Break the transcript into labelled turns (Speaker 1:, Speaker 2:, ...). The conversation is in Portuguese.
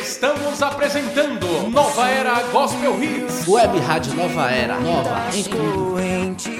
Speaker 1: Estamos apresentando Nova Era Gospel Hits.
Speaker 2: Web Rádio Nova Era, nova em tudo.
Speaker 3: doente